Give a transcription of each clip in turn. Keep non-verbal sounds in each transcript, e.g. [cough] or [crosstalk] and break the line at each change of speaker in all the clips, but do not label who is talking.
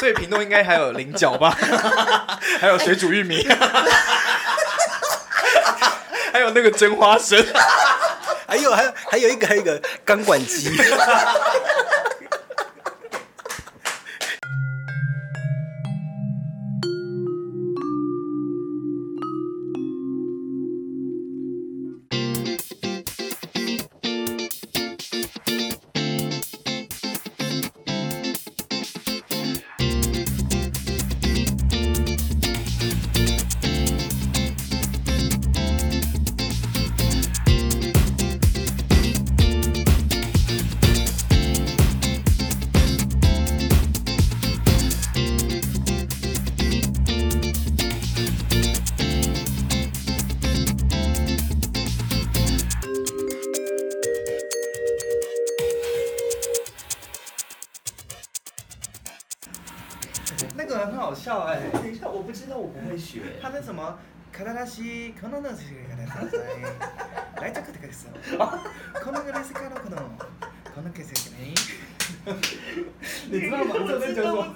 所以屏东应该还有菱角吧， [laughs] 还有水煮玉米， [laughs] 还有那个蒸花生，
还有还有还有一个还有一个钢管机，
那个很好笑哎、
等一下，我不知道，我不会学。
他那什么卡达拉西，可能那是卡达拉西，来这个这个是，可能那是卡达可能，可能这是
[laughs] 你知道吗？我在讲什么？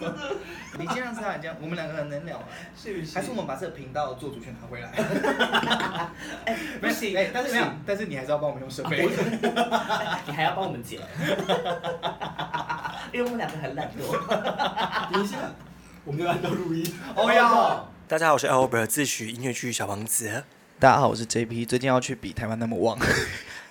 你这样子啊，你这样，我们两个人能聊吗？啊
是不是？
还是我们把这个频道做主权拿回来？
[laughs] 哎，不
没
行，
哎，但是没有
不行，啊
但是你还是要帮我们用设备。 [laughs]
你还要帮我们剪， [laughs] 因为我们两个很懒惰。
等一下，我们就按照录音。
哦哟，
大家好，我是 Albert，自诩音乐剧小王子。
大家好，我是 JP，最近要去比台湾那么 [laughs] 旺。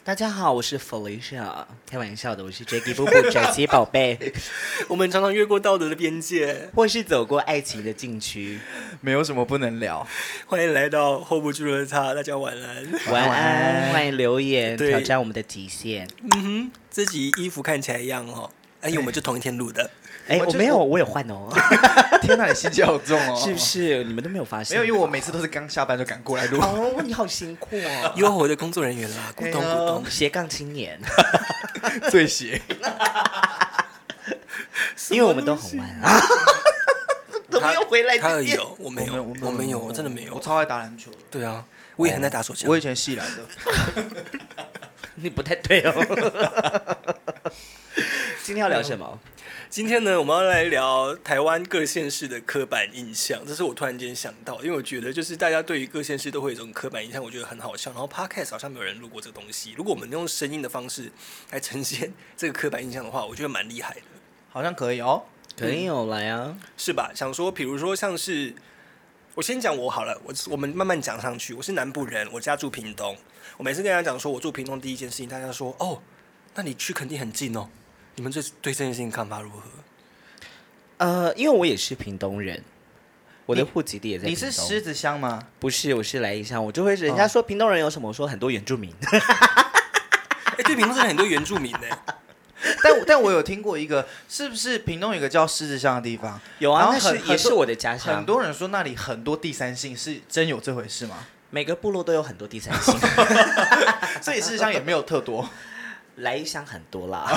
大家好，我是 Felicia，开玩笑的，我是 Jackie 布布宅奇宝贝，
[laughs] 我们常常越过道德的边界。
或是走过爱情的禁区。
没有什么不能聊，
欢迎来到 hold 不住的他，大家晚安。
晚安，欢迎留言
对
挑战我们的极限。
嗯哼，自己衣服看起来一样哦。哎，因为我们就同一天录的，
哎，
我
我
就
没有，我有换
[laughs]
哦，
天哪，你心机好重 [laughs] 哦，
是不？是？你们都没有发现？
没有，因为我每次都是刚下班就赶过来录。
哦，你好辛苦 [laughs] 哦。
优活的工作人员啦，咕咚咕
哦
咚，。
斜杠青 [laughs] 年，
[laughs] 最邪，
因为我们都很晚啊。 [laughs] 怎么又回来
他
这边？
有，我没有，我没有，我真的没
我
有。
超爱打篮球的，
对啊，我也很爱打手枪。
我以前系篮的。
[laughs] 你不太对哦。 [laughs] 今天要聊什么？
今天呢，我们要来聊台湾各县市的刻板印象，这是我突然间想到，因为我觉得就是大家对于各县市都会有一种刻板印象，我觉得很好笑。然后 podcast 好像没有人录过这个东西，如果我们用声音的方式来呈现这个刻板印象的话，我觉得蛮厉害的，
好像可以哦。
可以有来啊。
是吧？想说，比如说像是我先讲我好了，我我们慢慢讲上去。我是南部人，我家住屏东，我每次跟大家讲说我住屏东第一件事情，大家说哦，那你去肯定很近哦。你们对对这件事情看法如何？
呃，因为我也是屏东人，我的户籍地也在
你
屏东。
是狮子乡吗？
不是，我是来一下，我就会人家说屏东人有什么，我说很多原住民。
哎、对屏东真的很多原住民呢、
但但我有 [laughs] 听过一个，是不是屏东有个叫狮子乡的地方？
有啊
然，后
那是
很
也是
很多
我的家乡。
很多人说那里很多第三性，是真有这回事吗？
[laughs] 每个部落都有很多第三性，
所以狮子乡也没有特多。
[laughs] 来一乡很多啦。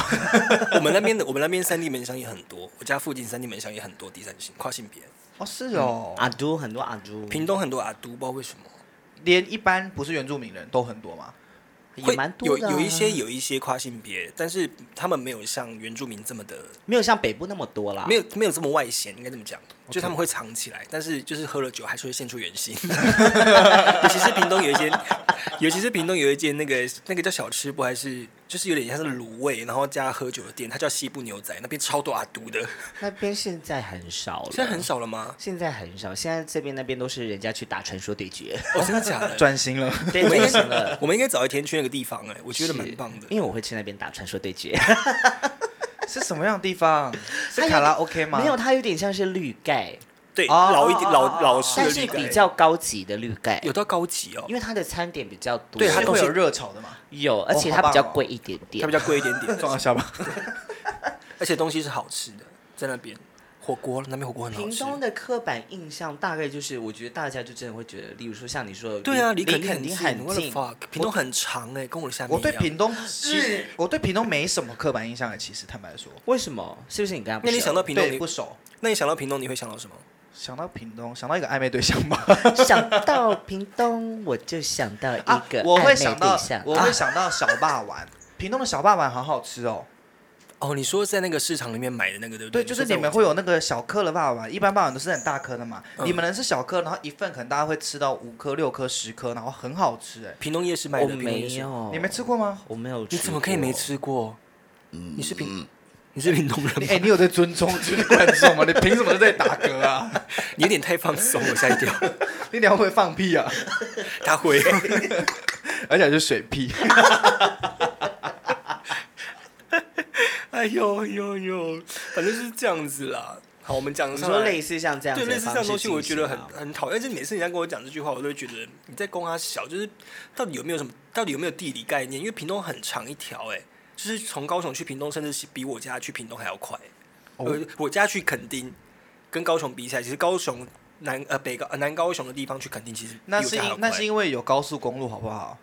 我们那边的，我们那边三地门乡也很多，我家附近三地门乡也很多第三性跨性别，
哦，是哦，
阿都很多阿都，
屏东很多阿都，不知道为什么
连一般不是原住民人都很多嘛。
也
会
蛮多
有
的啊、
有一些有一些跨性别，但是他们没有像原住民这么的，
没有像北部那么多啦。
没有没有这么外显，应该这么讲，就他们会藏起来，但是就是喝了酒还是会现出原形， [laughs] 尤其是屏东有一间，尤其是屏东有一间那个那个叫小吃部还是。就是有点像是卤味，然后加喝酒的店，它叫西部牛仔，那边超多阿都的，
那边现在很少了，
现在很，少了吗？
现在很少。现在这边那边都是人家去打传说对决，
哦，真的假的？
转型 [laughs] 了，
对，
我们
转
应
型
该
了，。
我们应该早一天去那个地方哎、我 [laughs] 觉得蛮
是
棒的。
因为我会去那边打传说对决。
是什么样的地 [laughs] 方？是
它有
卡拉 OK 吗？
没有，它有点像是绿盖，
对，
哦
老一点
哦哦
老
哦
老
哦
式
但
的
是
绿
比
盖，
较高级的绿盖，
有到高级哦，
因为它的餐点比较多，
对它
是
东
会
西
有热炒 [laughs] 的嘛？
有，而且
哦
它
好棒
比较
哦
贵一点点，
它比较贵一点
[laughs]
点，
撞到下巴。
而且东西是好吃的，在那边火锅那边火锅很好
屏
吃。
东的刻板印象大概就是，我觉得大家就真的会觉得，例如说像你说的，
对啊，
离
离
肯
肯定很
定很
近，what the
近，
fuck，屏东很长哎、跟我的下面
[laughs] 我
一样。
对屏东，其实我对屏东没什么刻板印象的，啊其实坦白说，
为什么？是不是你刚刚？
那你想到屏东
对
你
不，熟。
那你想到屏东你会想到什么？
想到屏东，想到一个暧昧对象吧。
想到屏东，我就想到一
[laughs] 啊
个、，
我
暧
会
昧
想
对
到
象，
我
啊
会想到小霸丸，屏东的小霸丸好好吃哦。
哦，你说在那个市场里面买的那个，对不
对，
对，
就是
说在
你们
网
会有那个小颗的霸王丸，一般霸王丸都是很大颗的嘛，
嗯
你们的是小颗，然后一份可能大家会吃到五颗、六颗、十颗，然后很好吃哎、
屏东夜市卖
我
的，屏东夜
没
市，
有，
你没吃过吗？
我没有吃，
你怎么可以没？吃过？嗯你是屏，你是屏东人
你
吗？
哎、你有在尊重就是观众吗？你凭什么在打嗝啊？
[laughs] 你有点太放松了，吓一跳。
你等下会不会放屁啊？
他 [laughs] 会，
而且还是水屁。
哎呦呦呦，反正就是这样子啦。好，我们讲
你
上来
说类似像这样
对
子的
类似这
方
样
式进行吗，啊
东西，我觉得很很讨厌。就是每次人家跟我讲这句话，我都会觉得你在攻他小，就是到底有没有什么，到底有没有地理概念？因为屏东很长一条，哎，就是从高雄去屏东，甚至是比我家去屏东还要快。
哦
呃，我家去垦丁，跟高雄比起来，其实高雄南呃北高呃南高雄的地方去垦丁，其实比
那
我
是
家还要
因那
快
是因为有高速公路，好不好？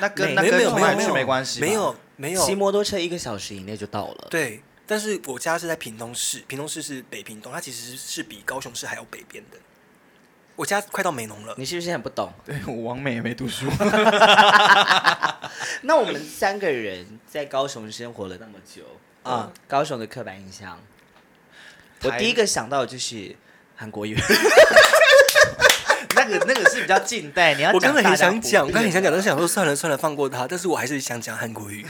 那跟
没
那
没有
跟
没
从
有没
哪
有没
去
有
没关系，
没。有没有
骑摩托车一个小时以内就到了。，
对，但是我家是在屏东市，屏东市是北屏东，它其实是比高雄市还要北边的。我家快到梅农了，
你是不是很不懂？
对我王美也没读书，
[laughs]
[laughs]
那我们三个人在高雄生活了那么久啊、高雄的刻板印象，我
台
第一个想到的就是韩国 [laughs] 语。
那个那个是比较近代。你要
我刚才
大
很
家
想讲，
不
我刚才很想讲，但是想说算了算了，放过他。但是我还是想讲韩国语，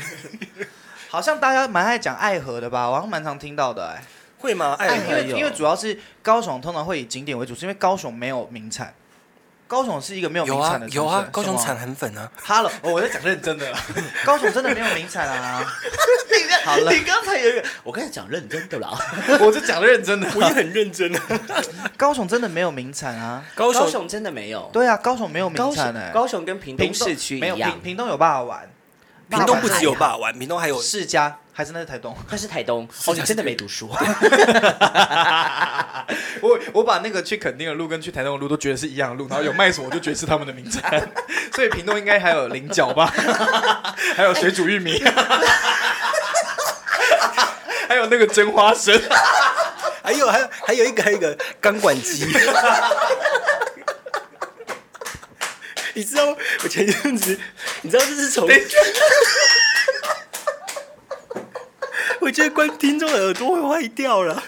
好像大家蛮爱讲爱河的吧？我好像蛮常听到的、哎
会吗？
哎，
爱
因
河
为因为主要是高雄通常会以景点为主，是因为高雄没有名产，高雄是一个没有
有
名产
啊
的城市。
有啊，高雄
什么
产。韩粉啊，
Hello，哦我在讲认真的啦，高雄真的没有名产啊。好了，
你刚才有点，我刚才讲认真的 [laughs] 啦。
我是讲的认真的。
我也很认真啊。
高雄真的没有名产啊。
高
高
雄
雄真的没有，
对啊，高雄没有名
高
产
雄
哎、
高雄跟屏
屏
东市区
没有
一样
屏，屏东有霸王丸，
屏东不只有
吧？
霸王，屏东还有
世家还是那是台东。
它是台东哦，你真的没读书。
[laughs] 我我把那个去垦丁的路跟去台东的路都觉得是一样的路，然后有卖什么我就觉得是他们的名产， [laughs] 所以屏东应该还有菱角吧， [laughs] 还有水煮玉米， [laughs] 还有那个蒸花生。
还有还有还有一个还有一个钢管机。你知道我前一阵子，你知道这是从，我觉得观听众的耳朵会坏掉了。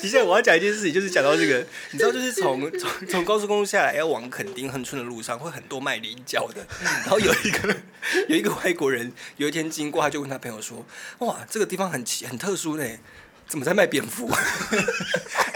接下来我要讲一件事情，就是讲到这个，你知道，就是从从从高速公路下来要往垦丁恒春的路上，会很多卖菱角的。然后有一个有一个外国人，有一天经过，他就问他朋友说：“哇，这个地方很奇很特殊呢，怎么在卖蝙蝠？”
[laughs]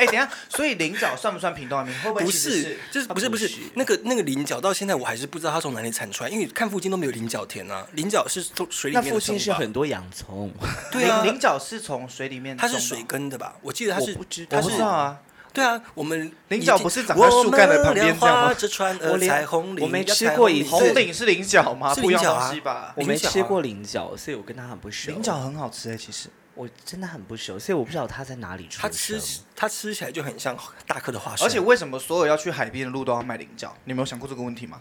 哎、等一下，所以菱角算不算屏东啊？你会不会
[laughs] 不
其实
是
是，
就是不是不是那个那个菱角，到现在我还是不知道它从哪里产出来，因为看附近都没有菱角田啊，菱角是从水里
那
面的
附近
生物
是
吧
很多洋葱，
对啊
菱，菱角是从水里面
它
种的，
是水根的吧？我记得它是
我不知
它
我
是
不知道啊。
对啊，我们
菱
已
角
经
不是长在树干的旁边这样吗
我们俩划着船儿
我连
彩虹
我
菱
没
要
吃
彩
过
虹
一
菱
次
对
红岭是菱角吗？
是
不一样
菱角啊
东西吧？
我没
菱角啊
吃过菱角，所以我跟他很不熟。
菱角很好吃哎、其实
我真的很不熟，所以我不知道他在哪里出
它吃
生
它吃起来就很像大颗的花生，
而且为什么所有要去海边的路都要卖菱角？你没有想过这个问题吗？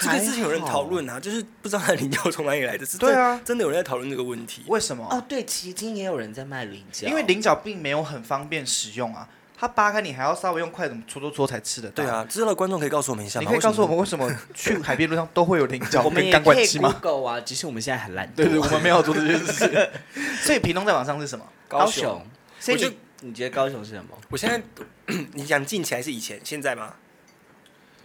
这个之前有人讨论啊，就是不知道它的菱角从哪里来的，是
对啊
真真的有人在讨论这个问题。
为什么？
哦，对，奇经也有人在卖菱角，
因为菱角并没有很方便使用啊，它扒开你还要稍微用筷子戳戳戳才吃得到。
对，啊，知道的观众可以告诉我们一下
你
吗？
可以告诉我
为什
们为什么去海边路上都会有菱角 [laughs]
我们
跟
也
钢管
可以
机吗？
Google 啊，只是我们现在很懒惰。
对对，我们没有做这件事。 [laughs] 所以屏东在网上是什么？
么
[laughs] 高雄，，所以
我就
你你觉得高雄是什么？
我现在 [clears throat] 你想近期还是以前？现在吗？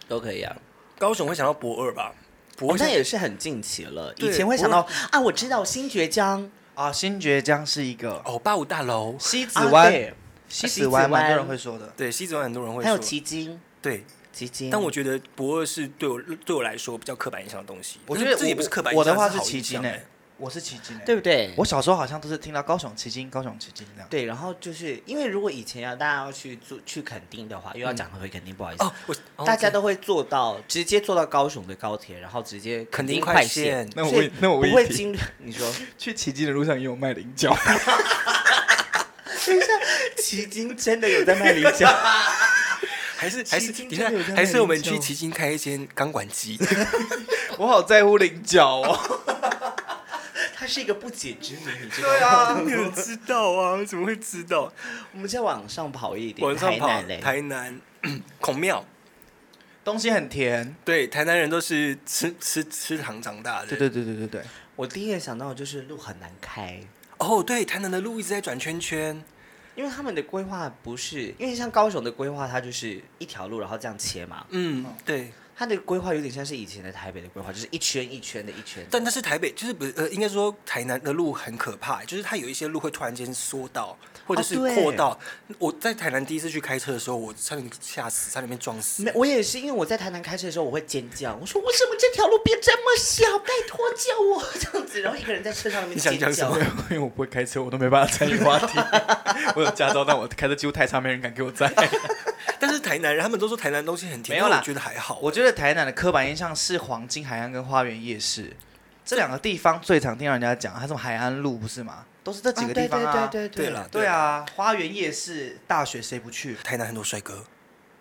都可以啊，
高雄会想到博二吧？博
我
哦
二
那
现在、
也是很近期了。
对
以前会想到啊，我知道新觉江、
啊，新觉江是一个
哦，八五大楼，
西子
啊
湾，
对
西
西
子
子
湾蛮多
湾
人会说的。
对，西子湾很多人会
还有
说，
奇经、
对，
奇经。
但我觉得博二是对我对我来说比较刻板印象的东西。
我
但
觉
是
得
这也
我
不是刻板印象，
我的话
这
是
好
奇
印象
经诶
欸，
我是奇经诶。
对不对？
我小时候好像都是听到高雄奇经，高雄奇经这样。
对，然后就是因为如果以前要大家要去做去垦丁的话，又要讲回垦丁，不好意思，
哦，我
大家都
哦
会坐到直接坐到高雄的高铁，然后直接垦
丁快
快
线
那我
所以
问那我问一
不会
题
经历。你说
去奇经的路上也有卖菱角，
奇经真的有在卖菱角？
OK 还是还是
奇经
等一下
真的有在
还是我们
卖
去
菱角
奇经开一间钢
[laughs]
管机，
[laughs] 我好在乎菱角哦。
它是一个不解之谜，你知道吗？
对啊，
没有知道啊？怎么会知道？
[laughs] 我们再往上跑一点，
晚上跑
欸
台南嘞，
台南 [clears throat] 孔庙，
东西很甜。
对，台南人都是吃吃吃糖长大的。
对对对对对对。
我第一个想到的就是路很难开，
哦，对，台南的路一直在转圈圈，
因为他们的规划不是，因为像高雄的规划，它就是一条路，然后这样切嘛。
嗯，
哦
对，
它的规划有点像是以前的台北的规划，就是一圈一圈的一圈的。
但但是台北就是不是呃，应该说台南的路很可怕，欸就是它有一些路会突然间缩到，或者是
哦
对
扩到。我在台南第一次去开车的时候，我差点吓死，差点被撞死。
没，我也是，因为我在台南开车的时候，我会尖叫，我说为什么这条路变这么小？拜托救我这样子，然后一个人在车上面
你想
尖
讲什
叫
么。
[laughs] 因为我不会开车，我都没办法参与话 [laughs] 题。我有驾照，但我开的几乎太差，没人敢给我载。
但是台南人他们都说台南东西很甜，
没有啦
但我觉得还好。
[laughs] 我觉得台南的刻板印象是黄金海岸跟花园夜市这两个地方最常听到人家讲，还有什么海岸路不是吗？都是这几个地方啊。
对对
哦对了，
对，啊，花园夜市，大学谁不去？
台南很多帅哥，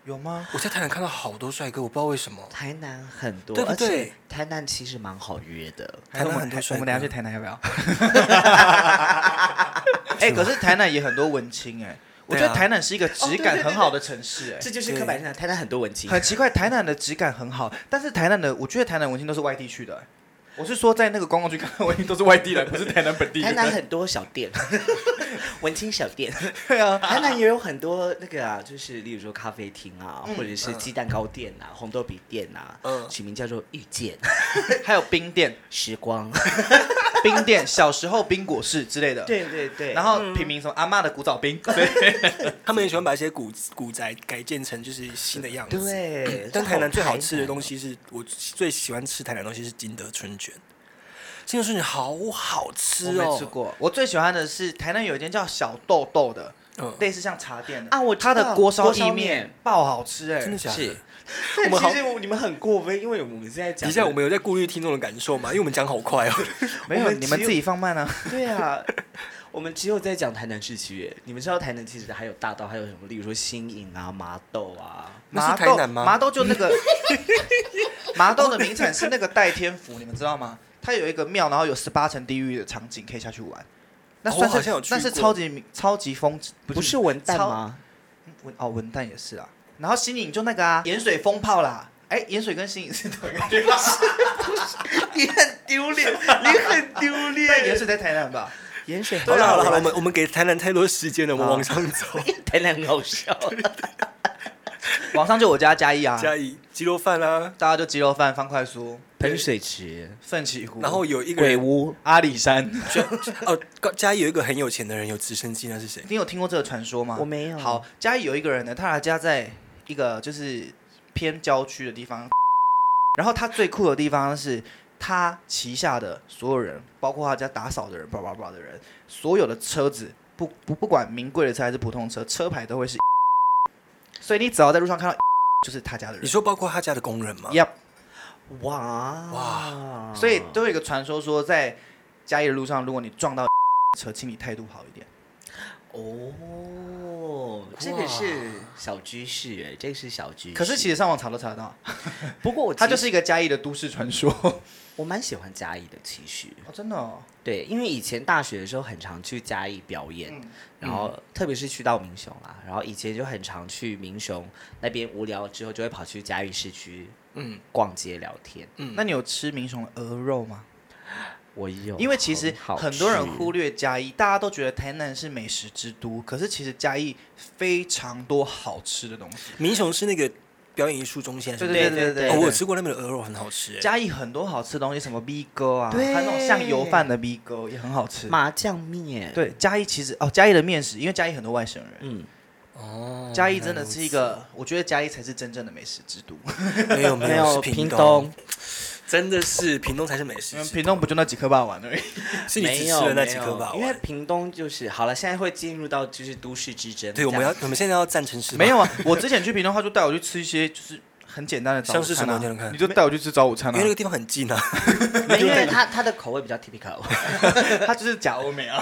有吗？
我在台南看到好多帅哥，我不知道为什么。
台南很多，
对不
而且
对
台南其实蛮好约的。
台南很多
还是
帅
我们我
哥
们等一下去台南要不 [laughs]
[laughs]
要？哎、可是台南也很多文青哎、我觉
对
得
啊
台南是一个质感很好的城市哎、
这就是刻板印象，台南很多文青。
很奇怪，台南的质感很好，但是台南的，我觉得台南文青都是外地去的、哎我是说，在那个观光局看到文青都是外地人，不是台南本地
[laughs] [laughs] 台
人。
南很多小店， [laughs] 文青小
[laughs]
店。
对啊，
[laughs] 台南也有很多那个啊，就是例如说咖啡厅啊，或者是鸡蛋糕店啊、红豆饼店啊，
嗯
取名叫做遇见
还有冰店、
时光。
冰店，小时候冰果室之类的。。
[laughs] 对对对，
然后品名什么阿嬷的古早冰，对，
他们也喜欢把一些古古宅改建成就是新的样子。，
对
但台南嗯最好吃的东
西，
西是我最喜欢吃台南东西是金德春卷，金德春卷好好吃
我
哦，
没吃过。我最喜欢的是台南有一间叫小豆豆的，
嗯，
类似像茶店的
啊我知道
它的锅烧
锅
意
烧
面
面
爆好吃哎、
真的假的
是？
我们好
其实我你们很过分，因为我们现在讲
等一下，我们有在顾虑听众的感受吗？因为我们讲好
[laughs]
快哦。
没
我
有，
们
你们
只有
自己放慢啊。
对啊， [laughs] 我们只有在讲台南市区，你们知道台南其实还有大道，还有什么，例如说新颖啊、麻豆啊，
那是
麻
台
豆，
南吗
麻豆就那个
[laughs]
麻豆的名产是那个戴天府，你们知道吗？它有一个庙，然后有十八层地狱的场景可以下去玩。那
哦
算
我好像有
是
去
那是
过
超级名超级风，
不是文旦
超
吗？
文哦文旦也是啊。然后新颖就那个啊盐水风炮啦，哎盐水跟新颖是同一个地
[laughs]
方，
你很丢脸，你很丢
但盐
脸。
水在台南吧？
盐水
好
好
了好
老
了，好了，我
了，
们我们给台南太多时间了，我们往上走。
[laughs] 台南很好笑。
网上就我家嘉义啊，
[laughs] 嘉义鸡肉饭啊，
大家就鸡肉饭、方块酥、
喷水池、
奋起
嗯
湖，
然后有一个
鬼
人
屋，
阿里山。
哦，嘉义有一个很有钱的人有直升机，那是
嗯
谁？
你有听过这个传说吗？
我没有
好，家里有一个人呢，他的家在一个就是偏郊区的地方， [laughs] 然后他最酷的地方是。他旗下的所有人，包括他家打扫的人、叭叭叭的人，所有的车子，不不不管名贵的车还是普通车，车牌都会是。 [laughs] 所以你只要在路上看到， [laughs] 就是他家的人。
你说包括他家的工人吗？
Yep，
哇
哇
所以都有一个传说说，在家里的路上，如果你撞到 [laughs] 车，请你态度好一点。
哦，这个是小居士哎，这个是小居士。
可是其
实
实上网查都查得到，
不过我
它
其
就
实
是一个嘉义的都市传
[laughs]
说。
我蛮喜欢嘉义的，其实
哦，真的、哦，
对，因为以前大学的时候很常去嘉义表演，
嗯
然后特别是去到民雄啦，然后以前就很常去民雄那边无聊之后就会跑去嘉义市区
嗯
逛街聊天。
嗯，
那你有吃民雄的鹅肉吗？
我有，
因为其实
好
很多人忽
略
略嘉义，大家都觉得台南是美食之都，可是其实嘉义非常多好吃的东西。
民雄是那个表演艺术中心还是什么，
对
对对
哦，我有吃过那边的鹅肉，很好吃。哎
嘉义很多好吃的东西，什么 B 哥啊，
对
还有那种像油饭的 B 哥也很好吃。
麻酱面，，
对，嘉义其实哦，嘉义的面食，因为嘉义很多外省人，
嗯，
哦
嘉义真的是一个，我觉得嘉义才是真正的美食之都。
没有
没
没有
有
是
屏
屏
东，嗯
真的是屏东才是美食
你们
之都。
屏东不就那几颗霸王而已？
是你只
没
吃
有
了那
没
几啊
有
颗吧？
因为屏东就是好了，现在会进入到就是都市之争。
对，我们要我们现在要站城市
[laughs]
吗
没有啊，我之前去屏东，他就带我去吃一些就是很简单的早
像是
午
什
餐
么
啊
你能看
你就带我去吃早午餐
因
啊
为那，个地方很近啊。 [laughs]
没有，因为它它的口味比较 typical。
[laughs] 他就是假欧美啊。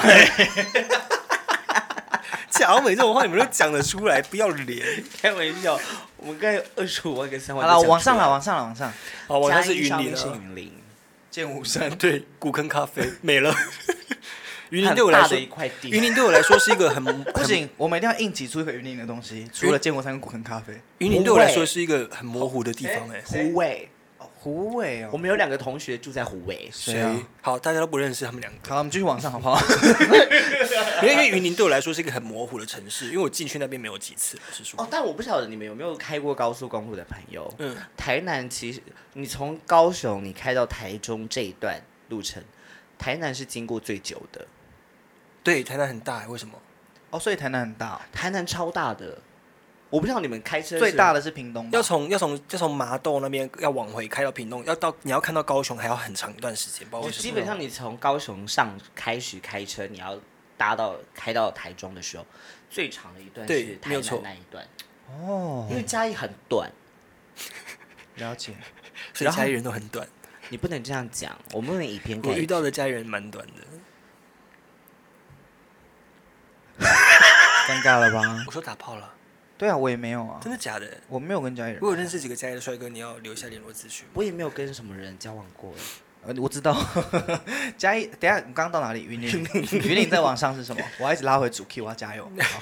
讲美这种话你们都讲得出来，不要脸。
开玩笑，我们刚才二十五万跟三
好
万。
了，往上
啊
了，，往上了，往上。
好，我
嘉
那是
义
云
上
林
面是
啊，
云林，
剑湖山，
对，古坑咖啡没了。 [laughs] 云林
很
对我来
大
说
的，一块地。
云林对我来说是一个很
不
不
行，我们一定要硬挤出一个云林的东西，除了建国山跟古坑咖啡。
云林对我来说是一个很模糊的地方哎、
湖尾，
哦，胡伟
我
哦，
们有两个同学住在虎尾，
谁啊？
好，大家都不认识他们两个，
好，我们继续往上好不好？
因为因为云林对我来说是一个很模糊的城市，因为我进去那边没有几次，老实说。
哦，但我不晓得你们有没有开过高速公路的朋友。
嗯，
台南其实你从高雄你开到台中这一段路程，台南是经过最久的，
对，台南很大，为什么？
[laughs] 哦，所以台南很大哦，
台南超大的。我不知道你们开车
最大
的
的是屏东吧
要？从要从要从麻豆那边要往回开到屏东，要到你要看到高雄还要很长一段时间，包括
就基本上你从高雄上开始开车，你要搭到开到台中的时候，最长的一段
对
是
没
台
有错
南那一段，
哦
因，为嘉义很短。
了解。
所以家里人都很短。
你不能这样讲，我们不能以偏概
我遇
全。
到的家里人蛮短的。
尴尬了吧？
我说打炮了，
对啊，我也没有啊
真，的假的？
我没有跟家里人
我。有认识几个家里的帅哥，你要留下联络资讯吗。
我也没有跟什么人交往过，
呃，我知道， [laughs] 嘉义，等一下你刚刚到哪里？ [laughs] 云林，云林再往上是什么？我要一直拉回主 Q，我要加 [laughs] 油。好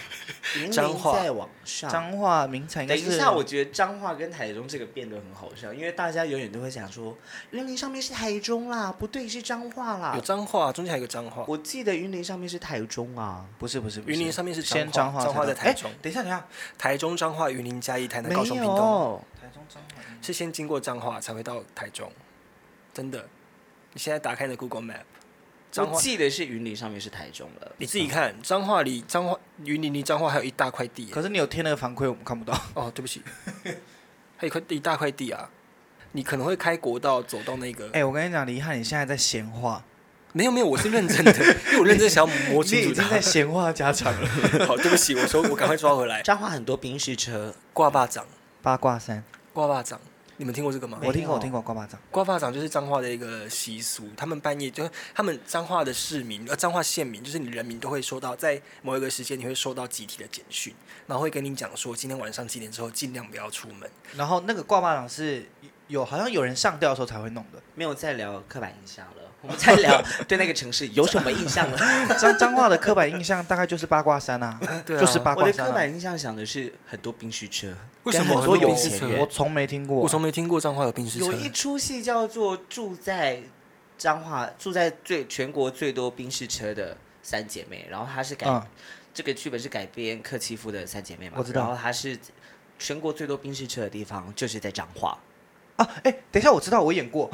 云
[laughs] 彰
林
化
再往上，
彰化名产应该
等一
是
下，我觉得彰化跟台中这个变得很好笑，因为大家永远都会想说，云林上面是台中啦，不对，是彰化啦
啊
有。脏话，中间还有个脏话。
我记得云林上面是台中啊，
不是不是不是，
云林上面是
先
彰
彰
化
化，
彰化
才
在
到
台中
哎等一下，等一下，
台中、彰化、云林、嘉义、台南、
没
高雄、屏
啊
东，
有，
台中彰化。
是先经过彰化才会到台中，真的。你现在打开你的 Google Map，彰
我
化，
记得是云林上面是台中了。
你自己看，彰化离彰化云林离彰化还有一大块地耶。
可是你有贴那个反馈，我们看不到。
哦，对不起， [laughs] 还有一块一大块地啊，你可能会开国道走到那个。
哎、我跟你讲，李翰，你现在在闲话，
没有没有，我是认真
[laughs]
的，因为我认真想要摸
你
清
已
楚
经在
它。
闲话家常
[laughs]
了。
好，对不起，我说我赶快抓回来。
彰化很多宾士车，
挂巴掌，
八卦山，
挂巴掌，你们听过这个吗？
我听过，
没有
我听过挂巴掌。
刮发掌就是彰化的一个习俗，他们半夜就是他们彰化的市民，呃，彰化县民，就是你人民都会收到，在某一个时间你会收到集体的简讯，然后会跟你讲说今天晚上几点之后尽量不要出门。
然后那个挂巴掌是有好像有人上吊的时候才会弄的。
没有再聊刻板印象了， [laughs] 我们再
[laughs]
聊对那个城市有什么印象了。
彰彰化的刻板印象大概就是八卦山啊，[laughs]
对啊
就是八
我
卦
的
山
刻
啊、
板印象想的是很多宾士车，
为什
跟
么
很多
很多
有
宾士
钱
车
人
我？从没听过、啊
我从没听过彰化有冰室车
有，一出戏叫做《住在彰化，住在最全国最多宾士车的三姐妹》，然后它是改、
嗯，
这个剧本是改编克契夫的《三姐妹》嘛，
我知道
然后它是全国最多宾士车的地方就是在彰
[laughs]
化。
啊，哎、等一下，我知道我演过，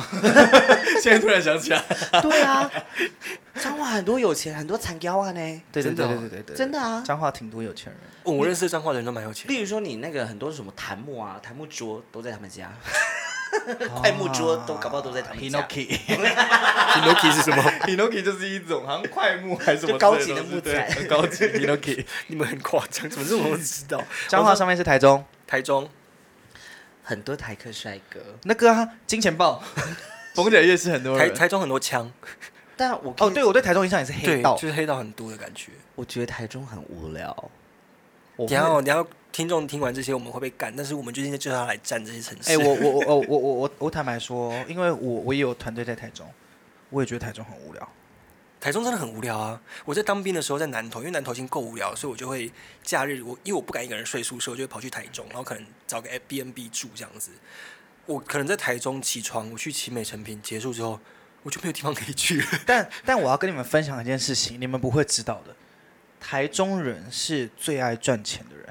现在突然想起来，
对
[laughs]
啊，彰化很多有钱，很多残雕啊呢，
对对
真的
对
哦
对对对对，
真的啊。
彰化挺多有钱人，
哦我认识的彰化的人都蛮有钱。
例如说你那个很多什么檀木啊、檀木桌都在他们家， [laughs] 快木桌都搞不好都在他们家，
Hinoki
[laughs] Hinoki 是什么？
[laughs] Hinoki 就是一种好像快木还是什么
就高
之
级
类
的
东西
木
对
材
很高级
[laughs]
Hinoki。
你们很夸张，怎么这么容易知道？
彰化上面是台中，
台中，
很多台客帅哥。
那个啊，金钱 [laughs] 豹，逢甲夜市很多
台
人。
台中很多枪，
但我可以
哦，对，我对台中印象也是黑
对，
道
就。是黑道很多的感觉。
我觉得台中很无聊。
我
然后然后听众听完这些我们会被干，但是我们最近就是要来占这些城市。
哎、我我我我我我我我坦白说，因为我我也有团队在台中，我也觉得台中很无聊。
台中真的很无聊啊！我在当兵的时候在南投，因为南投已经够无聊，所以我就会假日我因为我不敢一个人睡宿舍，我就会跑去台中，然后可能找个 B N B 住这样子。我可能在台中起床，我去奇美成品结束之后，我就没有地方可以去了。 [laughs]
但 [laughs] 但我要跟你们分享一件事情，你们不会知道的，台中人是最爱赚钱的人，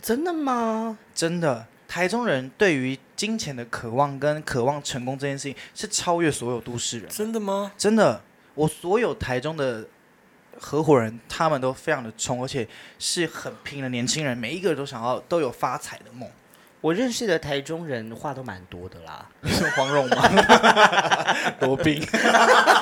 真的吗？
真的。台中人对于金钱的渴望跟渴望成功这件事情，是超越所有都市人的，
真的吗？
真的。我所有台中的合伙人，他们都非常的冲，而且是很拼的年轻人，每一个人都想要都有发财的
[laughs]
梦。 [laughs]
我认识的台中人话都蛮多的啦。
是黄蓉吗？罗宾。
啊
[laughs]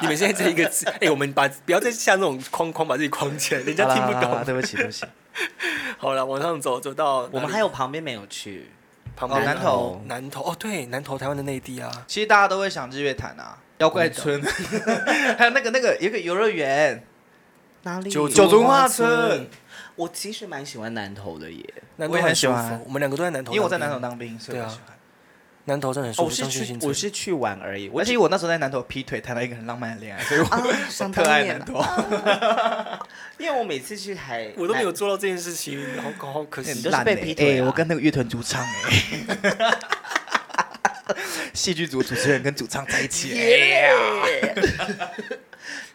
你们现在这一个字， [laughs] 哎、我们把不要再下那种框框把自己框起来，人家
好啦
听不
好啦好啦
懂。
对不起，对不起。
[laughs] 好了，往上走，走到
我们还有旁边没有去，
旁
哦
边
南投
南投哦，对，南投台湾的内地啊，
其实大家都会想日月潭啊，妖怪
[laughs]
村， [laughs] 还有那个那个有一个游乐园，
哪里？
九
九族化村。
我其实蛮喜欢南投的耶。
南投
我也很喜欢
舒服我们两个都在南投，
因为我在南投，当兵，
啊
所以我喜欢。
南投真的很舒
哦我
服。
是
张学
去
信，真
我
的
是去玩而已。我
而且
只
我那时候在南投劈腿，谈了一个很浪漫的恋爱，所以 [laughs] 我
啊，想
特
当
爱
年
南
啊，
投。
因为我每次去台，
我都没有做到这件事情，好好可
哎
你
惜
都。是
烂
被
欸
劈腿
欸
啊
我跟那个乐团主唱哎， [laughs] 戏剧组主持人跟主唱在一
[laughs]
起。欸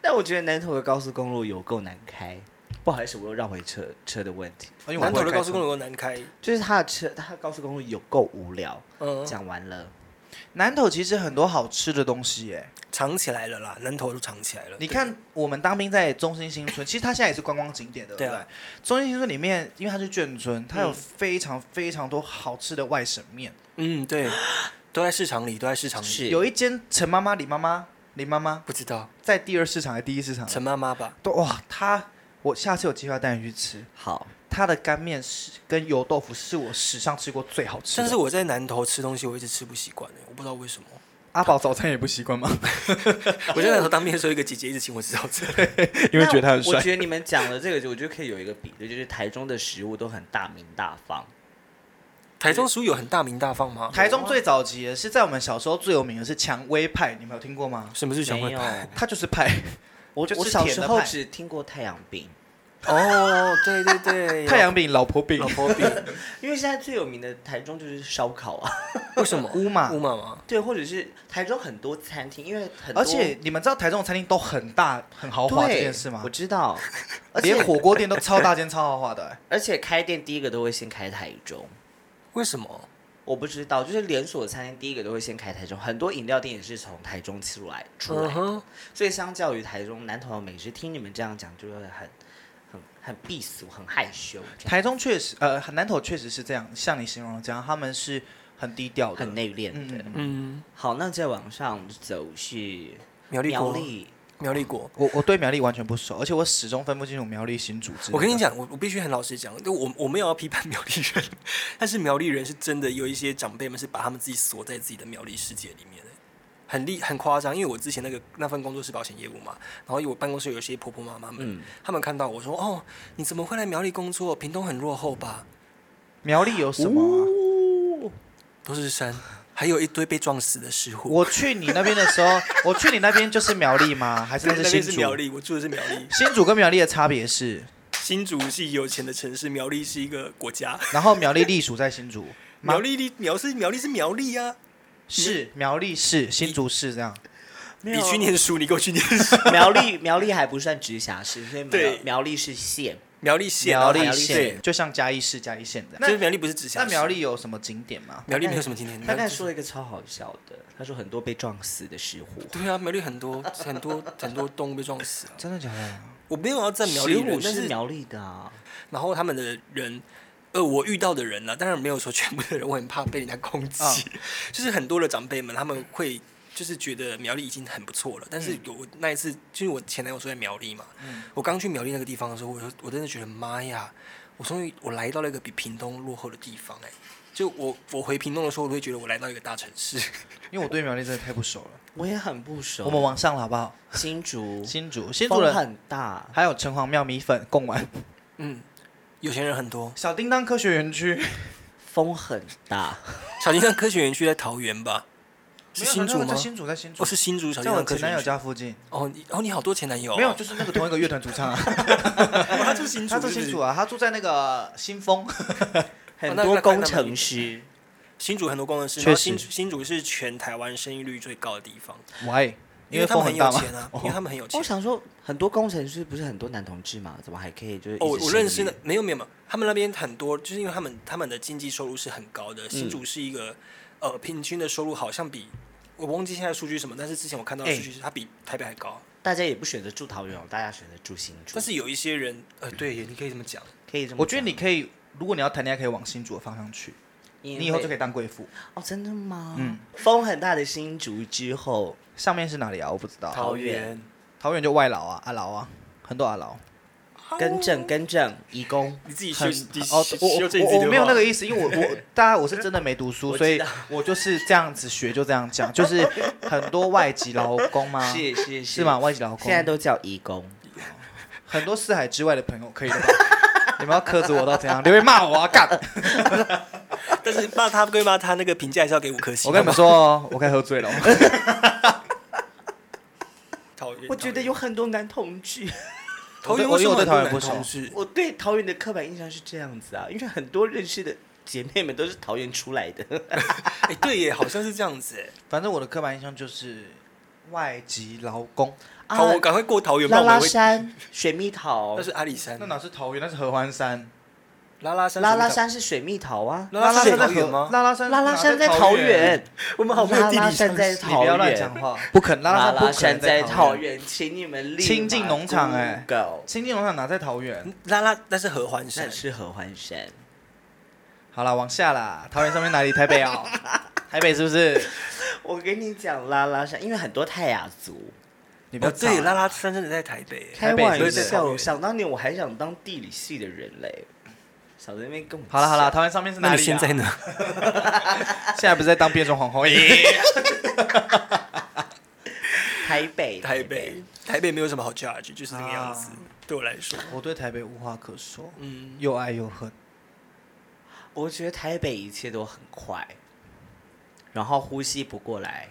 但我觉得南投的高速公路有够难开，不好意思，我又绕回车车的问题，
因为我
南
不会
投的
开
高
车
速公路有难开，
就是它的车，它的高速公路有够无聊。
嗯，
讲完了，
南投其实很多好吃的东西耶。
藏起来了啦，南投就藏起来了。
你看我们当兵在中心新
[laughs]
村，其实它现在也是观光景点，对不对？
对啊
中心新村里面，因为它是眷村，它有
嗯
非常非常多好吃的外省面。
嗯，对，都在市场里，都在市场里。
是
有一间陈妈妈、李妈妈、林妈妈
不知道
在第二市场还是第一市场？
陈妈妈吧？
都哇，她我下次有机会要带你去吃。
好，
它的干面是跟油豆腐是我史上吃过最好吃的。
但是我在南投吃东西，我一直吃不习惯、欸、我不知道为什么。
[laughs] 阿宝早餐也不习惯 [laughs] 吗？
我在南投当兵的时候，一个姐姐一直请我吃早餐。
因为觉得他很
那我
帅。
觉得你们讲了这个，我觉得可以有一个比对，就是台中的食物都很大名大方。
台中属有很大名大放吗？
台中最早期的是在我们小时候最有名的是蔷薇派，你们有听过吗？
什么是想
没
问？
有，
它就是派，
我
就
我
吃
小
甜
时
的
候
派
只听过太阳饼，
哦，对对对，
[laughs] 太阳饼、老婆饼
老、婆饼，
因为现在最有名的台中就是烧烤 [laughs] 啊，
为什么？
乌马
乌马吗？
对，或者是台中很多餐厅，因为很多
而且你们知道台中的餐厅都很大、很豪华这
对
件事吗
我？知道，而且
连火锅店都
[laughs]
超大间、超豪华的、欸
[laughs] 而且开店第一个都会先开台中，
为什么？
我不知道，就是连锁餐厅第一个都会先开台中，很多饮料店也是从台中出来出来
嗯哼，
所以相较于台中南投的美食，听你们这样讲就会很很很避俗，很害羞，这样
台中确实，呃，南投确实是这样，像你形容的这样，他们是很低调的，
很内敛
嗯
的。
嗯嗯
嗯，
好，那再往上走是
苗栗
苗
国，
栗，
苗栗国。
我我对苗栗完全不熟，而且我始终分不清楚苗栗新竹之类的
我跟你，讲，我我必须很老实讲，就我我没有要批判苗栗人， [laughs] 但是苗栗人是真的有一些长辈们是把他们自己锁在自己的苗栗世界里面的，很厉很夸张。因为我之前那个那份工作是保险业务嘛，然后我办公室有一些婆婆妈妈们，
嗯，
他们看到我说：“哦，你怎么会来苗栗工作？屏东很落后吧？
苗栗有什么啊、
都是山，还有一堆被撞死的石
[laughs]
虎。
我去你那边的时
[laughs]
候，我去你那边就是苗栗吗？还”是
对
那
那
是
边
新
是
竹？
苗栗，我住的是苗栗。
新竹跟苗栗的差别是，
新竹是有钱的城市，苗栗是一个国家。
然后苗栗隶属在
[laughs]
新竹，吗
苗栗栗苗是苗栗是苗栗啊！
是苗栗市、新竹市这样。
没
你
有
去念书，你给我去念书。
苗栗，苗栗还不算直辖市，所以苗
对
苗栗是县。
苗栗县
苗
啊，
栗
对
县就像嘉义市、嘉义县这
就是
样。
苗栗不是直辖
那
市，
苗栗有什么景点吗？
苗栗没有什么景点。
他刚
苗
才
栗
说了一个超好笑的，他说很多被撞死的石虎，
对啊，苗栗很多很多很多动物被撞死啊。
真的假的？
我没有要站苗
石
栗
虎
人，但
是
是
苗栗的、啊，
然后他们的人，呃，我遇到的人呢、当然没有说全部的人，我很怕被人家攻击。
啊
[laughs] 就是很多的长辈们，他们会就是觉得苗栗已经很不错了，但是
嗯
有我那一次，就是我前男友住在苗栗嘛，我刚去苗栗那个地方的时候，我说我真的觉得妈呀，我终于我来到了一个比屏东落后的地方哎、就我我回屏东的时候，我会觉得我来到一个大城市。 [laughs]
因为我对苗栗真的太不熟了。
我也很不熟。
我们往上了好不好？
新竹，
新竹，新竹
风
人
很大，
还有城隍庙米粉、贡丸、
嗯，有钱人很多。
小叮当科学园区。
风很大，
小叮当科学园区在桃园吧？是
没有
新竹
那个
吗
在？新竹，在新
哦，
竹，
是新竹小
在
叮
我
当科
前
学
男友
园区。
家附近。
哦，你哦，你好多前男友、哦。
没有，就是那个同一个乐团主唱啊，
哦他住 [laughs] 新竹，
他住新
是
竹
不是
啊，他住在那个新丰。
很
那
多
那
工程师。
新竹很多工程师，
确
然后
实
新竹新竹是全台湾生育率最高的地方，
喂，
因
为
他
风
们很
很
有
大吗？哦
钱啊，因为他们很有钱
我。想说，很多工程师不是很多男同志嘛，怎么还可以就是一直
哦，我我认识
生育
的没有没有没有，他们那边很多，就是因为他们他们的经济收入是很高的，新竹是一个呃平均的收入好像比我忘记现在数据是什么，但是之前我看到的
哎
数据是它比台北还高，
大家也不选择住桃园哦，大家选择住新竹。
但是有一些人呃对，你可以这么讲，
可以这么讲，
我觉得你可以，如果你要谈恋爱，可以往新竹的方向去，你以后就可以
以
当贵妇。
哦，真的吗？
嗯
风很大的新竹之后，
上面是哪里啊？我不知道。
桃园
桃园就外劳啊，阿劳啊，很多阿劳。
啊
更正更正，义工
你自己修
很
你
哦，
修
我
修正你
我
自己
我
的
没有
话
那个意思，因为我 [laughs] 我大家我是真的没读书，
我
所
知
以
道
我就是这样子学，就这样讲，就是很多外籍劳工吗？
[laughs] 是是
是吗？？外籍劳工
现在都叫义工，
很多四海之外的朋友可以的吧？ [laughs] 你们要苛责我到怎样？留言骂我啊！干！
但是骂他归骂他，那个评价还是要给五颗星。
我跟你们说哦，我该喝醉了。哦
桃园，
我觉得有很多男同志。
桃园，
我
为什么
我对
很多
桃园
男
不熟
同志
我对桃园的刻板印象是这样子啊，因为很多认识的姐妹们都是桃园出来的。
[laughs] 哎、对耶，好像是这样子哎。
[laughs] 反正我的刻板印象就是外籍劳工，
好，我赶快过桃园吧，
啊拉
我
拉
们会。
山、水蜜
[laughs]
桃
那，是阿里山
那，哪是桃园，那是合欢山。
拉拉山，
拉拉，山是水蜜桃啊。
拉拉山
在
在桃园吗？
拉拉山，
拉拉山在
桃
桃园，
我们好没有地
拉拉
理
山
常
在
识。
你不
桃
要乱讲
园，
话，不肯拉
拉
拉山
拉
不可
山
能
在
桃
桃。园，请你们立
亲近
马
农场哎
Google
新进农场哪在桃园？
拉拉那是合欢
那
山，哦
是合欢山。
好啦，往下啦，桃园上面哪里？台北
[laughs]
哦，台北是不是？
[laughs] 我跟你讲，拉拉山，因为很多泰雅族。
你不要
哦，
吵啦
对，拉拉山真的在台北耶。
台
开
北
玩
是不是
笑，想当年我还想当地理系的人嘞，想在那边跟我。
好了好了，，桃园上面是哪
那
里、
你
啊？
现在呢？
现在不是在当变装皇后？
[laughs]
咦
台北，
台北，台北没有什么好 judge，就是那个样子
啊。
对我来说，
我对台北无话可说，
嗯，
又爱又恨。
我觉得台北一切都很快，然后呼吸不过来，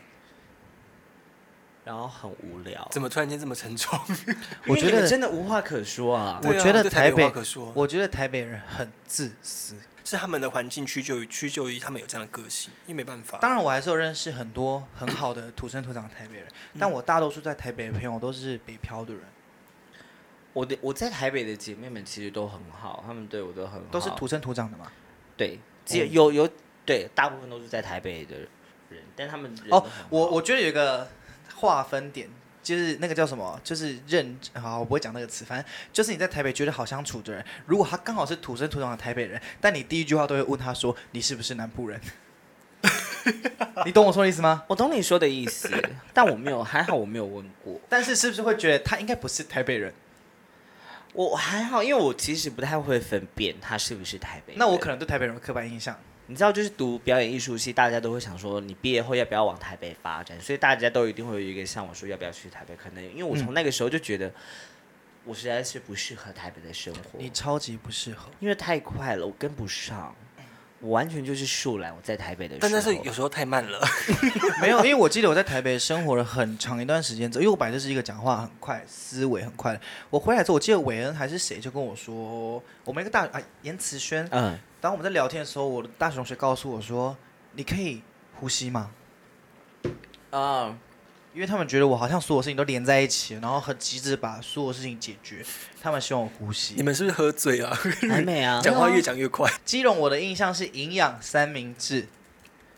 然后很无聊。
怎么突然间这么沉重？
因为
我觉
你们
得
真的无话可说啊！
我
对啊
觉得
对
台
台
北
北无话可说
我觉得台北人很自私。
是他们的环境屈就于屈就于他们有这样的个性，因为没办法。
当然，我还是有认识很多很好的土生土长的台北人，
嗯
但我大多数在台北的朋友都是北漂的人，
我的我在台北的姐妹们其实都很好，她们对我都很好，
都是土生土长的嘛。
对，只有有有对，大部分都是在台北的人，但他们人都
哦
很好，
我我觉得有一个划分点，就是那个叫什么，就是认好，我不会讲那个词，反正就是你在台北觉得好相处的人，如果他刚好是土生土长的台北人，但你第一句话都会问他说你是不是南部人， [laughs] 你懂我说的意思吗？
我懂你说的意思，但我没有，还好我没有问过。
但是是不是会觉得他应该不是台北人？
我还好，因为我其实不太会分辨他是不是台北人。
那我可能对台北人有刻板印象。
你知道，就是读表演艺术系，大家都会想说，你毕业后要不要往台北发展？所以大家都一定会有一个向往，说要不要去台北？可能因为
嗯
我从那个时候就觉得，我实在是不适合台北的生活，
你超级不适合。
因为太快了，我跟不上，我完全就是树懒。我在台北的时候，
但但是有时候太慢了，
[laughs] 没有，因为我记得我在台北生活了很长一段时间之后，因为我本来就是一个讲话很快、思维很快的。我回来之后，我记得韦恩还是谁就跟我说，我们一个大啊严慈轩，
嗯，
当我们在聊天的时候，我的大学同学告诉我说，你可以呼吸吗？
啊，
因为他们觉得我好像所有事情都连在一起，然后很急着把所有事情解决，他们希望我呼
你
吸。
们是不是喝醉啊？
还美啊，
[laughs] 讲话越讲越快。
基隆我的印象是营养三明治，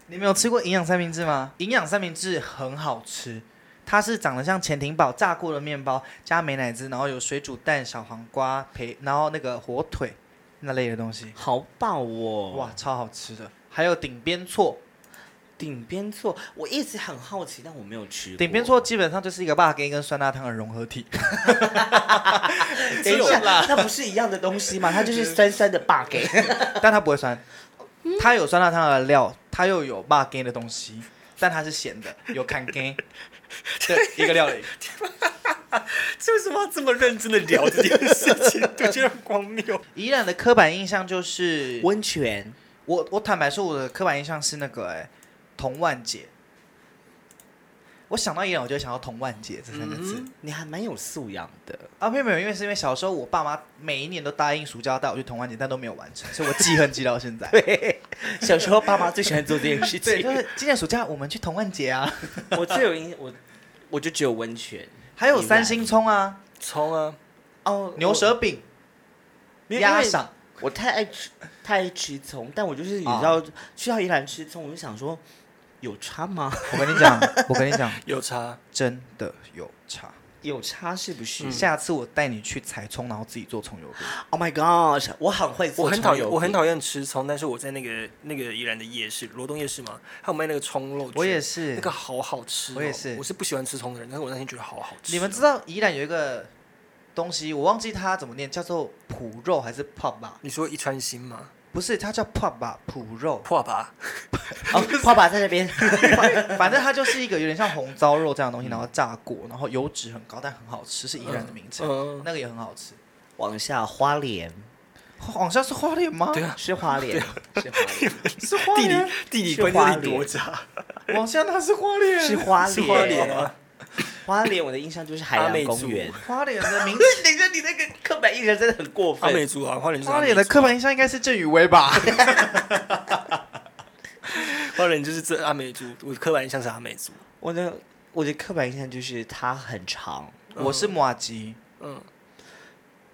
你们有吃过营养三明治吗？营养三明治很好吃，它是长得像潜艇堡炸过的面包，加美乃滋，然后有水煮蛋、小黄瓜、培，然后那个火腿那类的东西，
好棒哦！
哇，，超好吃的。还有顶边错，
顶边错，我一直很好奇，但我没有吃过。
顶边错基本上就是一个辣根跟酸辣汤的融合体。 [laughs]
等一下，那不是一样的东西吗？它就是酸酸的 bug，
但它不会酸，它有酸辣汤的料，它又有辣根的东西，但它是咸的，有看根 [laughs] 的一个料理。
这为什么要这么认真的聊这件事情？我觉得很荒谬。
宜兰的刻板印象就是，我
温泉
我我坦白说，我的刻板印象是那个哎、童万杰。我想到宜兰，我就会想到童万杰这三个字。
嗯
你还蛮有素养的。 [laughs]
啊，没有没有，因为是因为小时候我爸妈每一年都答应暑假要带我去童万节，但都没有完成，所以我记恨记到现在。
小时候爸妈最喜欢做这件事
[laughs] 对，就
情。
是今年暑假我们去童万节啊，
我最有印我我就只有温泉，
还有三星葱啊、
葱啊，
哦
牛舌饼、
没有因
鸭
为
掌。
我太爱吃太爱吃葱，但我就是你知
啊
道、去到宜兰吃葱，我就想说有差
[laughs]
吗？
[laughs] 我跟你讲，我跟你讲，
有差。
[laughs] 真的有差。
有差是不是、
下次我带你去采葱，然后自己做葱油饼。
o h Oh my god！我很会做
我很讨
葱
厌，
油
我很
饼
讨厌吃葱，但是我在那个那个宜兰的夜市，罗东夜市嘛，还有卖那个葱肉卷，
我也是
那个好好吃哦、
我也是
我是不喜欢吃葱的人，但是我那天觉得好好吃哦。
你们知道宜兰有一个东西，我忘记它怎么念，叫做脯肉还是 pub 吧？
你说一川新吗？，
不是，它叫 pub 吧，脯肉
破吧，
哦， [laughs] 爸爸在那边
反反正它就是一个有点像红糟肉这样的东西，然后炸过，然后油脂很高，但很好吃，是宜兰的名产，
嗯，
那个也很好吃。
往下花莲
往下是花莲吗？
对，啊，
是花莲
啊
是花莲
是花
地
莲
理。地理
是
关
花
系多
莲
差，
往下那是花莲，
[laughs]
是花
是花莲
莲
啊，
花莲我的印象就是海
阿
洋
美
公
族
园。
花莲的名，
等一下， [laughs] 你那个刻板印象真的很过
阿美
分。
族啊，花莲就是
花
阿美
莲的
族
刻板印象应该是郑宇威吧？
花莲就是这阿美族，我刻板印象是阿美族。
我的我的刻板印象就是它很长，
我是马吉，
嗯，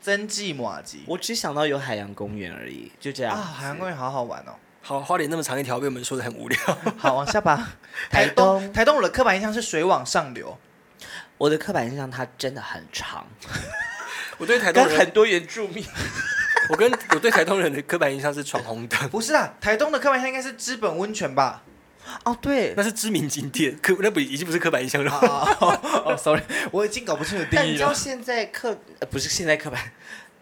曾记马吉
我只想到有海洋公园而已，就这样
啊，海洋公
园。
园好好玩哦。
好，花莲那么长一条被我们说的很
[laughs]
无聊。
好，往下吧。
台
台东，
东
台东我的刻板印象是水往上流，
我的刻板印象它真的很长，
我对台东
跟
人，
很多原住民。
我跟我对台东人的刻板印象是闯红灯，
不是啦，台东的刻板印象应该是资本温泉 [laughs] 吧？
哦，对
那，是知名景点，可那不已经不是刻板印象了。
啊，哦，sorry，我已经搞不清楚定
但你
义
知道
[laughs] 了。
现在刻、呃、不是现在刻板，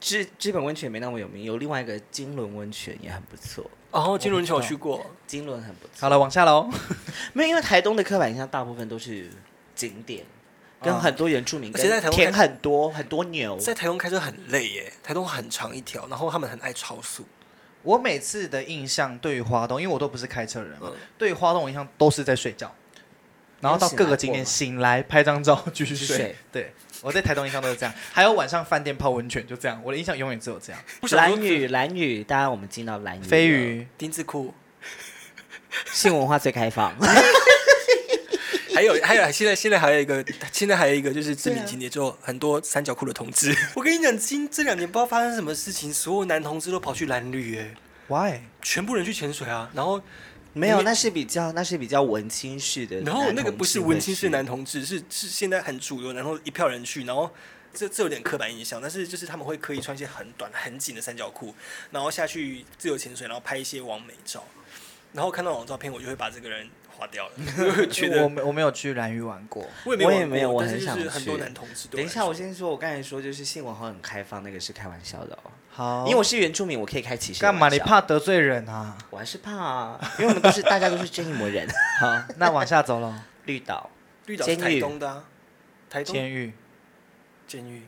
日日本温泉没那么有名，有另外一个金轮温泉也很不错，
啊
哦，金轮桥我去过，
金轮很不错。
好了，往下喽。
没有，因为台东的刻板印象大部分都是景点，跟
嗯
很多原住民，
而且在台
跟
东
田
看
很多很多牛。
在台东开车很累耶，台东很长一条，然后他们很爱超速。
我每次的印象对于花东，因为我都不是开车人嘛，
嗯
对于花东我印象都是在睡觉，然后到各个景点
你有
醒来拍张照继续
继续
睡。
睡
对，我在台东印象都是这样，还有晚上饭店泡温泉就这样，我的印象永远只有这 [laughs] 样。
不想
蓝
说
雨，蓝雨，当然我们进到蓝雨了。
飞鱼，
丁字裤，
性文化最开 [laughs] 放，
还有还有，现在现在还有一个，现在还有一个就是知名景点，就很多三角裤的同志。啊我跟你讲，今这两年不知道发生什么事情，所有男同志都跑去蓝绿，哎，
Why？
全部人去潜水啊，然后
没有，那是比较那是比较文青式的男同
然
志会去。
后那个不是文青式男同志，是是现在很主流，然后一票人去，然后这这有点刻板印象，但是就是他们会刻意穿一些很短很紧的三角裤，然后下去自由潜水，然后拍一些完美照，然后看到那种照片，我就会把这个人划
[laughs]
掉了，因为会
[laughs]
觉
我
得
没我没有去蓝屿玩过，
我
我也
也
没
没
有
有
我
玩过，但
很
是就
想
是很多
去
男同志。
等一下，我，先说，我刚才说就是性文化很开放，那个是开玩笑的哦。
好，
因为我是原住民，我可以开歧视。
干嘛？你？怕得罪人啊？
我还是怕啊，因为我们都是大家都是正义魔人。
[laughs] 好，
[laughs]
那往下走喽。
绿岛，
绿岛是
监
台
狱
东的、啊，台东
监狱
监狱。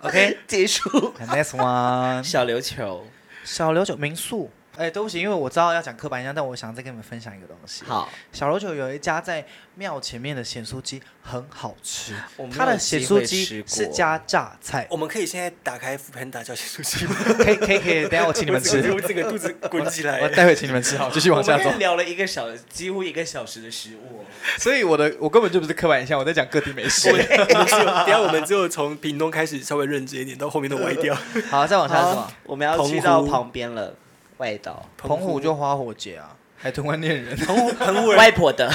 ，OK。
结束。
Next one，
小琉球，
小琉球民宿。哎、对不起，因为我知道要讲刻板印象，但我想再跟你们分享一个东西。
好，
小琉球有一家在庙前面的咸酥鸡很好吃
我，没有
它的咸酥
机
鸡
会吃
是
过
加榨
[laughs]
菜，
我们可以现在打开副片打叫咸酥鸡吗？
可以可以可以，等一下我请你
[laughs]
们吃，
我整个肚子滚起来
我。待会请你们吃，好，继续
我
往
们
下走
刚才。聊了一个小，几乎一个小时的食物哦。
所以我的我根本就不是刻板印象，我在讲各地美食
[laughs]
我。们我们是有， [laughs] 等一下我们只有从屏东开始稍微认真一点，到后面都歪
[laughs]
掉。
好，再往下走
好
啊。，
我们要
澎
去到
湖
旁边了，外岛，
澎湖就花火节啊，海豚湾恋
[laughs]
人，
澎湖澎湖人，
外婆的。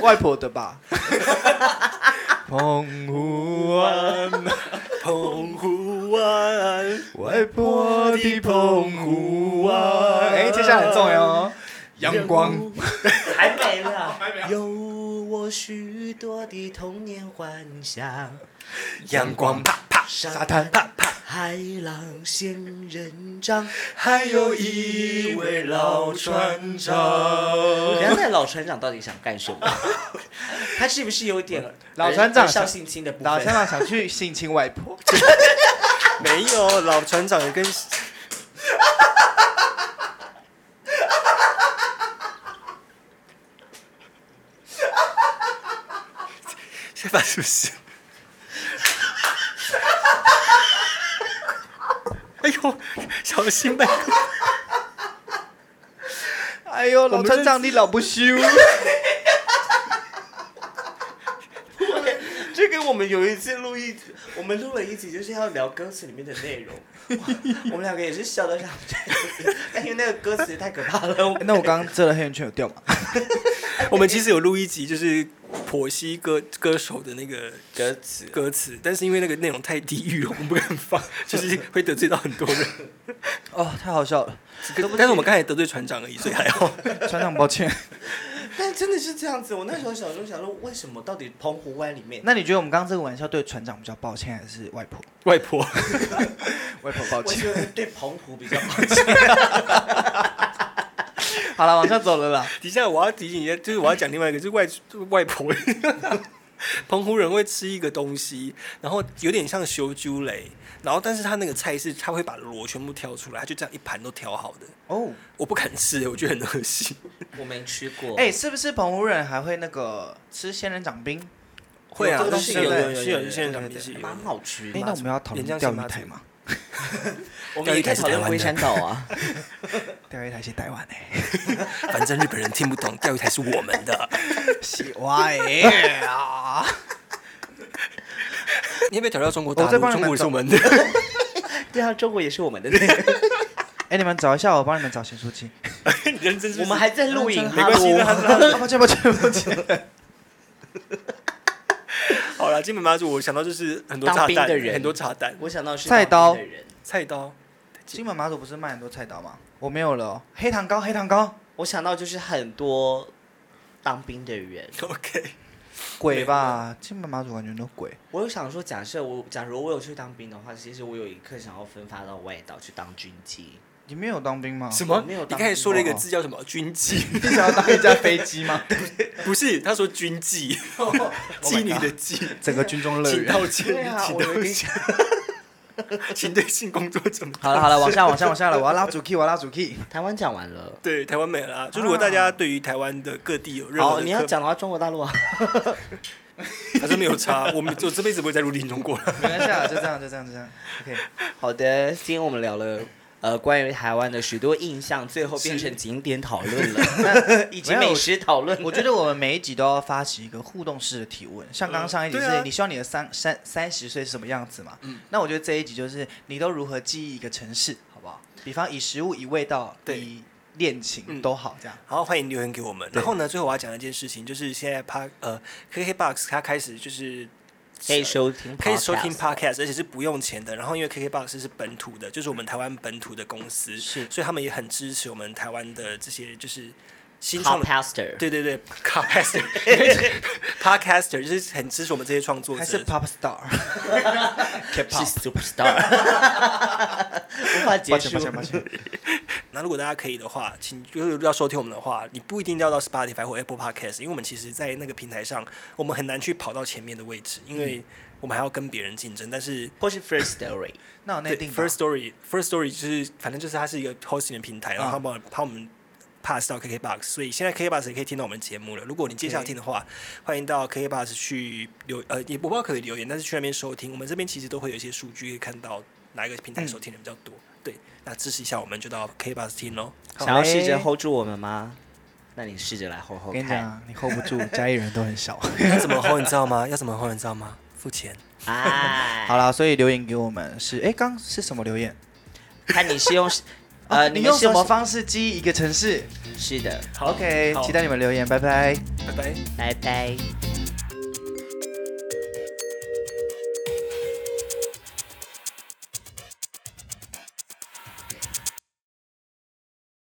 外婆的
[laughs]
吧。 [laughs] 澎湖湾，
澎湖湾，
外婆的澎湖湾。哎，接下来很重要哦，阳光。
还没了，有我许多的童年幻想，
阳光啪啪，
沙
滩
啪啪，海浪仙人掌。
还有一位老船长。
人家那老船长到底想干 [laughs] 什么？他是不是有点
老船长
上性侵的部分？
老乡长想去性侵外婆，
没有，老船长跟先把是不是？ [laughs] 哎呦，小心被
[laughs] 哎呦，老船长你老不休。
这跟我们有一次录一集，我们录了一集就是要聊歌词里面的内 [laughs] 容，哇我们两个也是笑到上嘴，但因为那个歌词太可怕 [laughs] 了，我
[laughs] 那我刚刚遮了黑眼圈有掉吗？
我们其实有录一集，就是剖析歌歌手的那个
歌词
歌词，但是因为那个内容太地狱了，我们不敢放，就是会得罪到很多人。
哦，太好笑了，
但是我们刚才得罪船长而已，所以还好。
船长抱歉。
[laughs]
[laughs]
但真的是这样子，我那时候小时候想说，为什么到底澎湖湾里面
那你觉得我们刚刚这个玩笑对船长比较抱歉，还是外婆？
外婆，
外婆抱
我
歉。
觉得对澎湖比较好。
[laughs] 好了，往下走了啦。
底下我要提醒一下，就是我要讲另外一个，就是外外婆。 [laughs] 澎湖人会吃一个东西，然后有点像修猪雷，然后但是他那个菜是他会把螺全部挑出来，他就这样一盘都挑好的。
哦，
我不敢吃，欸我觉得很恶心。
[laughs] 我没吃过。
哎，是不是澎湖人还会那个吃仙人掌冰？
会啊，
这个东
是
西
有
有有
有有
有
是有
有
现
对
场
对
明
对
星，
蛮好吃
哎，
的。
那我们要讨
岩
论
浆
钓鱼
鲜麻
台
子
吗？
我们也可以讨论龟山岛啊。
钓鱼台是台湾的，
[laughs] 反正日本人听不懂，钓鱼台是我们的。 [laughs]
喜 [laughs] 欢欸耶 [laughs] 啊！
你要不要挑到中国大
我
陆？
再帮你
中国
们
也
找
是我们的。
对啊，中国也是我们的。
哎，你们找一下，我帮你们找咸酥鸡。
[laughs] 你认真是不是
我们还在 [laughs] 录影，
没
没关系，
哈喽
那他
啊抱歉抱歉抱歉。
好了。金门妈祖，我想到就是很多炸
当兵
弹
的，人
很多炸弹，
我想到是
菜刀
当兵的人
菜刀。
金门马祖不是卖很多菜刀吗？我没有了哦，黑糖糕，黑糖糕，
我想到就是很多当兵的人。
OK，
鬼吧？金门马祖感觉都鬼。
我有想说，假设我假如我有去当兵的话，其实我有一刻想要分发到外岛去当军机。
你们有当兵吗？
什
我
么？
没有
你
当
刚才
兵
说了一个
过
字叫什么？军纪？
你想要当一架飞机
[laughs]
吗？
不是，他说军 [laughs] 纪，妓女的妓，
整个军中乐
[laughs]
请
园。
道歉，
对啊
请
我有
道
一
歉，请对性工作者们
好了好了，往下往下往下了，我要拉主 key，我要拉主
[laughs]
key。
台湾讲完了。
对，台湾没了啊。就如果大家对于台湾的各地有任何
好，
的
你要
刻板，
讲的话，中国大陆啊，
反正没有差。 [laughs] 我们我这辈子不会再入侵中国了。
没关系啊，就这样就这样就这样。OK，
好的，今天我们聊了呃关于台湾的许多印象，最后变成景点讨
[laughs]
论了，以及美食讨论。
我觉得我们每一集都要发起一个互动式的提问，像刚刚上一集
嗯
是、
对啊
你希望你的三三三十岁是什么样子嘛？那我觉得这一集就是你都如何记忆一个城市，好不好？比方以食物、以味道、
对
以恋
嗯
情都好，这样。
[laughs] 好，欢迎留言给我们。然后呢，最后我要讲一件事情，就是现在 p 呃 KKBox 它开始就是
可以收听，
可以收听 podcast，而且是不用钱的。然后因为 KKBox 是本土的，就是我们台湾本土的公司，
是
所以他们也很支持我们台湾的这些就是新创的。
Podcaster。
对对对，podcaster
[laughs]
podcaster 就是很支持我们这些创作
还是
者。
pop star，
是 superstar，无法结
抱歉
束
抱。歉抱歉，
那如果大家可以的话，请就是要收听我们的话，你不一定要到 Spotify 或 Apple Podcast，因为我们其实在那个平台上，我们很难去跑到前面的位置，因
嗯
为我们还要跟别人竞争。但是
或是 First Story，
那我那
对
定吧
First Story First Story 就是反正就是它是一个 hosting 的平台，然后它
嗯
帮我帮我们 pass 到 KKBox，所以现在 KKBox 也可以听到我们的节目了。如果你接下来
OK
听的话
嗯
欢迎到 KKBox 去留呃，也不知道可不可以留言，但是去那边收听。我们这边其实都会有一些数据，可以看到哪一个平台收听的比较多。对，那支持一下我们就到 KKBox 听
[laughs]
喽。
想要试着 hold 住我们吗？那你试着来 hold
哎我
hold
跟你
看
讲，你 hold 不住，家里人都很小。
要怎么吼你知道吗？要怎么吼你知道吗？付钱。
[laughs]
啊！
好啦，所以留言给我们是，哎，刚是什么留言？
看你是用
啊
呃，
你
们
用
是
什么？方式记忆一个城市
是的，
好
？OK，
好
期待你们留言，拜拜。
拜拜。
拜拜。